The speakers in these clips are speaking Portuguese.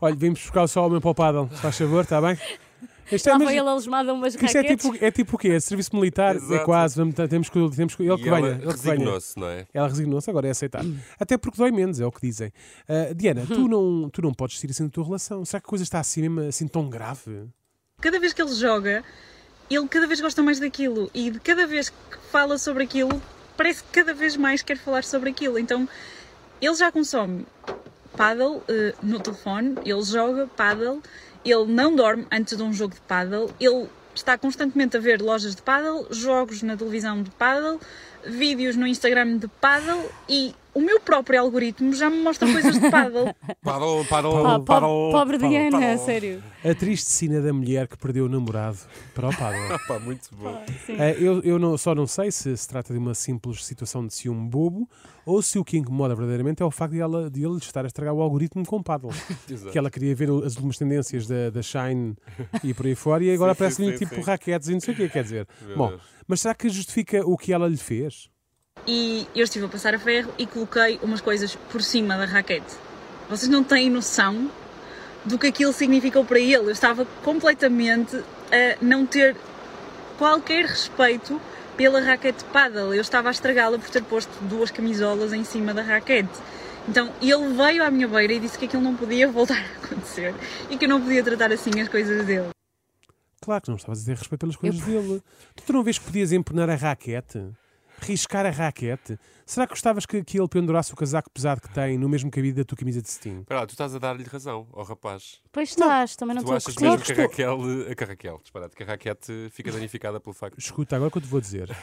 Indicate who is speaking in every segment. Speaker 1: Olha, vimos buscar o seu homem para o paddle, se faz favor, está bem? Isto é
Speaker 2: Lá
Speaker 1: mesmo-
Speaker 2: foi ele algemado a umas
Speaker 1: que isto é
Speaker 2: raquetes.
Speaker 1: tipo, é tipo o quê? É serviço militar? É
Speaker 3: Exato.
Speaker 1: quase, vamos- temos que, temos que, ele
Speaker 3: E
Speaker 1: que
Speaker 3: ela
Speaker 1: venha. Ele que venha.
Speaker 3: resignou-se, não é?
Speaker 1: Ela resignou-se, agora é aceitar. Até porque dói menos, é o que dizem. Ah, Diana, tu não, tu não podes sair assim da tua relação. Será que a coisa está assim mesmo, assim tão grave?
Speaker 4: Cada vez que ele joga, ele cada vez gosta mais daquilo. E de cada vez que fala sobre aquilo, parece que cada vez mais quer falar sobre aquilo. Então ele já consome paddle eh, no telefone, ele joga paddle, ele não dorme antes de um jogo de paddle, ele está constantemente a ver lojas de paddle, jogos na televisão de paddle, vídeos no Instagram de paddle e o meu próprio algoritmo já me mostra coisas de paddle.
Speaker 3: Parou,
Speaker 2: Pá,
Speaker 3: parou,
Speaker 2: po-
Speaker 3: parou.
Speaker 2: pobre
Speaker 3: parou,
Speaker 2: Diana,
Speaker 3: parou.
Speaker 2: sério.
Speaker 1: A triste sina da mulher que perdeu o namorado para o paddle.
Speaker 3: Pá, muito bom.
Speaker 1: Eh, eu eu não- só não sei se se trata de uma simples situação de ciúme bobo ou se o que incomoda verdadeiramente é o facto de, ela, de ele estar a estragar o algoritmo com paddle.
Speaker 3: Exato.
Speaker 1: que ela queria ver o- as últimas tendências da, da Shine e por aí fora e agora
Speaker 3: Sim, sim,
Speaker 1: aparece-lhe
Speaker 3: sim,
Speaker 1: tipo
Speaker 3: sim.
Speaker 1: raquetes e não sei o que é que quer dizer.
Speaker 3: Meu
Speaker 1: Bom,
Speaker 3: Deus.
Speaker 1: mas será que justifica o que ela lhe fez?
Speaker 4: e eu estive a passar a ferro e coloquei umas coisas por cima da raquete. Vocês não têm noção do que aquilo significou para ele. Eu estava completamente a não ter qualquer respeito pela raquete de paddle. Eu estava a estragá-la por ter posto duas camisolas em cima da raquete. Então ele veio à minha beira e disse que aquilo não podia voltar a acontecer e que eu não podia tratar assim as coisas dele.
Speaker 1: Claro que não estavas a ter respeito pelas coisas dele. Tu não vês que podias empenar a raquete? Riscar a raquete? Será que gostavas que, que ele pendurasse o casaco pesado que tem no mesmo cabide da tua camisa de cetim?
Speaker 3: Espera lá, tu estás a dar-lhe razão ao rapaz.
Speaker 2: Pois estás, também não
Speaker 3: tu
Speaker 2: estou a
Speaker 3: achas
Speaker 2: gostar.
Speaker 3: mesmo que a Raquel, a que a Raquel, disparate, que a Raquete fica danificada pelo facto.
Speaker 1: Escuta agora o que eu te vou dizer.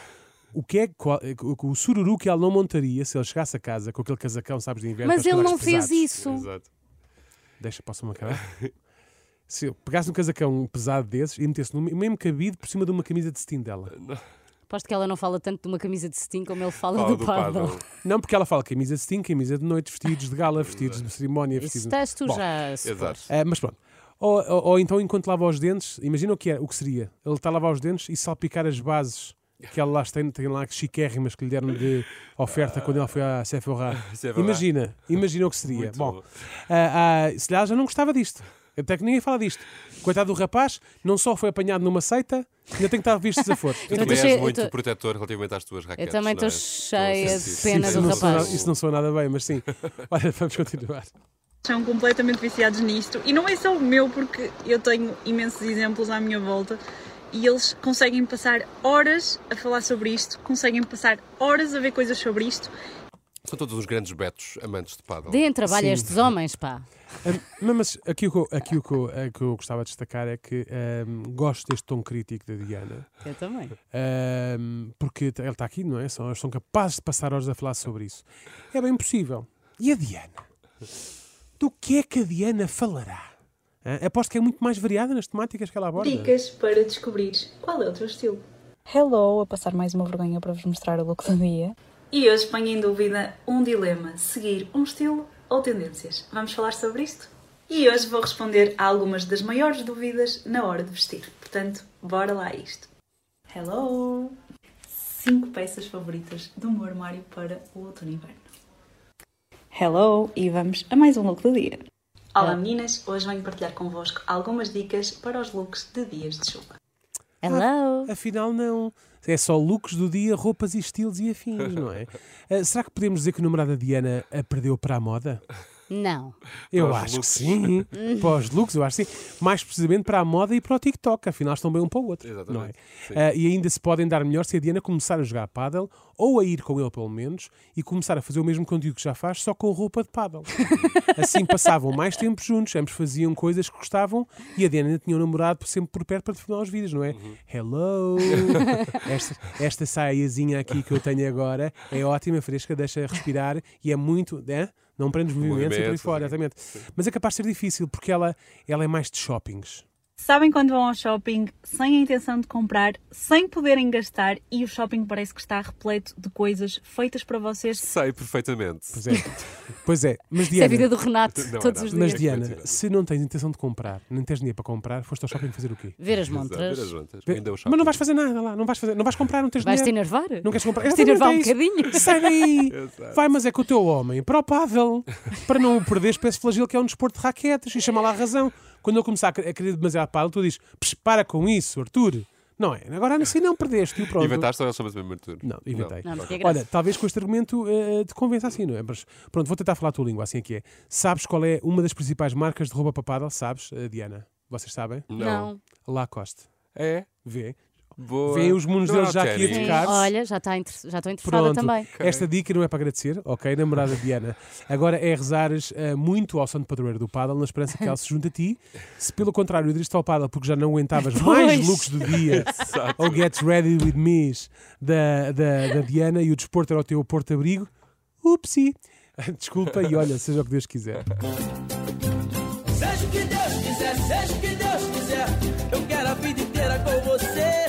Speaker 1: O que é que- qual- eh, o o sururu que ela não montaria se ele chegasse a casa com aquele casacão, sabes, de inverno?
Speaker 2: Mas
Speaker 1: aqueles
Speaker 2: ele não
Speaker 1: casacos
Speaker 2: fez
Speaker 1: pesados?
Speaker 2: isso.
Speaker 3: Exato.
Speaker 1: Deixa, posso-me acabar? Se eu pegasse um casacão pesado desses e metesse no me- mesmo cabido por cima de uma camisa de cetim dela.
Speaker 2: Aposto que ela não fala tanto de uma camisa de cetim como ele fala
Speaker 3: Fala
Speaker 2: do, paddle.
Speaker 3: paddle.
Speaker 1: Não, porque ela fala camisa de cetim, camisa de noite, vestidos de gala, vestidos de cerimónia,
Speaker 2: Isso
Speaker 1: vestidos...
Speaker 2: estás tu
Speaker 1: É Bom,
Speaker 2: já a supor.
Speaker 3: Exato.
Speaker 1: eh, mas pronto. Ou, ou- ou então, enquanto lava os dentes, imagina o que, é, o que seria. Ele está a lavar os dentes e salpicar as bases que ela lá tem, tem lá chiquérrimas que lhe deram de oferta quando ela foi à Sephora.
Speaker 3: Isso é verdade.
Speaker 1: Imagina, imagina o que seria.
Speaker 3: Muito
Speaker 1: Bom,
Speaker 3: bom.
Speaker 1: ah, ah, se calhar já não gostava disto. Até que ninguém fala disto. Coitado do rapaz, não só foi apanhado numa seita, ainda tem que estar visto de desaforo.
Speaker 3: Tu
Speaker 2: Eu
Speaker 3: também
Speaker 2: tô cheia-
Speaker 3: és muito
Speaker 2: eu tô-
Speaker 3: protetor relativamente às tuas raquetes.
Speaker 2: também
Speaker 3: não é?
Speaker 2: tô cheia
Speaker 3: Estou a
Speaker 2: de
Speaker 3: sentir.
Speaker 2: pena
Speaker 1: isso,
Speaker 2: do
Speaker 1: não
Speaker 2: rapaz.
Speaker 1: soa nada- isso não soa nada bem, mas sim. Olha, vamos continuar.
Speaker 4: são completamente viciados nisto e não é só o meu porque eu tenho imensos exemplos à minha volta e eles conseguem passar horas a falar sobre isto, conseguem passar horas a ver coisas sobre isto
Speaker 3: São todos uns grandes betos amantes de paddle.
Speaker 2: Deem trabalho a
Speaker 1: Sim.
Speaker 2: estes homens, pá.
Speaker 1: Ah, Mas aqui o que eu, aqui o que eu, a que eu gostava de destacar é que ah, gosto deste tom crítico da Diana,
Speaker 2: Eu também.
Speaker 1: ah, porque ele está aqui, não é? São, eles são capazes de passar horas a falar sobre isso. É bem possível. E a Diana? Do que é que a Diana falará? Ah, aposto que é muito mais variada nas temáticas que ela aborda.
Speaker 4: Dicas para descobrir qual é o teu estilo. Hello, a passar mais uma vergonha para vos mostrar o look do dia. E hoje ponho em dúvida um dilema: seguir um estilo ou tendências. Vamos falar sobre isto? E hoje vou responder a algumas das maiores dúvidas na hora de vestir. Portanto, bora lá a isto. Hello! Cinco peças favoritas do meu armário para o outono e inverno. Hello! E vamos a mais um look do dia. Olá meninas, hoje venho partilhar convosco algumas dicas para os looks de dias de chuva.
Speaker 2: Hello.
Speaker 1: Afinal, não. É só looks do dia, roupas e estilos e afins, não é? Ah, será que podemos dizer que o namorado da Diana a perdeu para a moda?
Speaker 2: Não.
Speaker 1: Eu
Speaker 3: Para os
Speaker 1: acho
Speaker 3: looks.
Speaker 1: que sim. para os looks, eu acho que sim. Mais precisamente para a moda e para o TikTok. Afinal, estão bem um para o outro.
Speaker 3: Exatamente,
Speaker 1: Não é?
Speaker 3: sim.
Speaker 1: Ah, e ainda se podem dar melhor se a Diana começar a jogar paddle ou a ir com ele, pelo menos, e começar a fazer o mesmo conteúdo que já faz, só com roupa de paddle. assim passavam mais tempo juntos, ambos faziam coisas que gostavam e a Diana ainda tinha um namorado sempre por perto para definir os vídeos, não é?
Speaker 3: Uhum.
Speaker 1: Hello! esta, esta saiazinha aqui que eu tenho agora é ótima, fresca, deixa respirar e é muito. né? Não prende os movimentos e por aí
Speaker 3: Movimentos,
Speaker 1: fora,
Speaker 3: sim.
Speaker 1: exatamente. Mas é capaz de ser difícil porque ela, ela é mais de shoppings.
Speaker 4: Sabem quando vão ao shopping sem a intenção de comprar, sem poderem gastar e o shopping parece que está repleto de coisas feitas para vocês?
Speaker 3: Sei perfeitamente.
Speaker 1: Pois é. pois é. Mas
Speaker 2: Isso é a
Speaker 1: Diana,
Speaker 2: vida do Renato
Speaker 3: Não é
Speaker 2: todos os
Speaker 3: nada.
Speaker 2: dias.
Speaker 1: mas
Speaker 3: É
Speaker 1: Diana,
Speaker 3: mentira.
Speaker 1: se não tens intenção de comprar, nem tens dinheiro para comprar, foste ao shopping fazer o quê?
Speaker 2: Ver as
Speaker 3: Exato,
Speaker 2: montras.
Speaker 3: ver as juntas.
Speaker 1: Vê-
Speaker 3: Ainda o
Speaker 1: Mas não
Speaker 3: shopping.
Speaker 1: vais fazer nada lá, não vais fazer, não vais comprar, não tens
Speaker 2: Vais-te
Speaker 1: dinheiro.
Speaker 2: enervar?
Speaker 1: Não queres comprar?
Speaker 2: Vais-te enervar um
Speaker 1: Exatamente, é isso.
Speaker 2: bocadinho?
Speaker 1: Sai daí!
Speaker 3: Exato.
Speaker 1: Vai, mas é com o teu homem, para o pádel, para não o perderes para esse flagelo que é um desporto de raquetes e chama lá a razão. Quando eu começar a querer- a querer demasiado pádel, tu dizes, "Psh, para com isso, Arthur. Não é? Agora assim não perdeste, e pronto.
Speaker 3: Inventaste ou ela chama-se mesmo Arthur?
Speaker 1: Não, inventei.
Speaker 2: Não, mas tinha graça.
Speaker 1: Olha, talvez com este argumento eh, te convença assim, não é? Mas pronto, vou tentar falar a tua língua, assim é que é. Sabes qual é uma das principais marcas de roupa papada? Sabes, eh, Diana? Vocês sabem?
Speaker 2: Não.
Speaker 1: Lacoste.
Speaker 3: É?
Speaker 1: Vê.
Speaker 3: Boa.
Speaker 1: Vêem os monos
Speaker 3: Não era
Speaker 1: deles
Speaker 3: o
Speaker 1: já aqui a
Speaker 3: Jerry.
Speaker 2: Sim,
Speaker 1: tocar.
Speaker 2: olha, já, está inter- já estou interessada
Speaker 1: Pronto,
Speaker 2: também.
Speaker 1: esta dica não é para agradecer, ok, namorada Diana. Agora é rezares eh, muito ao santo padroeiro do Paddle, na esperança que ele se junte a ti. Se pelo contrário aderiste ao Paddle porque já não aguentavas mais
Speaker 2: Pois.
Speaker 1: looks do dia, ou Get Ready With Me's da, da, da Diana e o desporto era o teu porto-abrigo, upsi. Desculpa e olha, seja o que Deus quiser.
Speaker 5: Seja o que Deus quiser, seja o que Deus quiser, eu quero a vida inteira com você.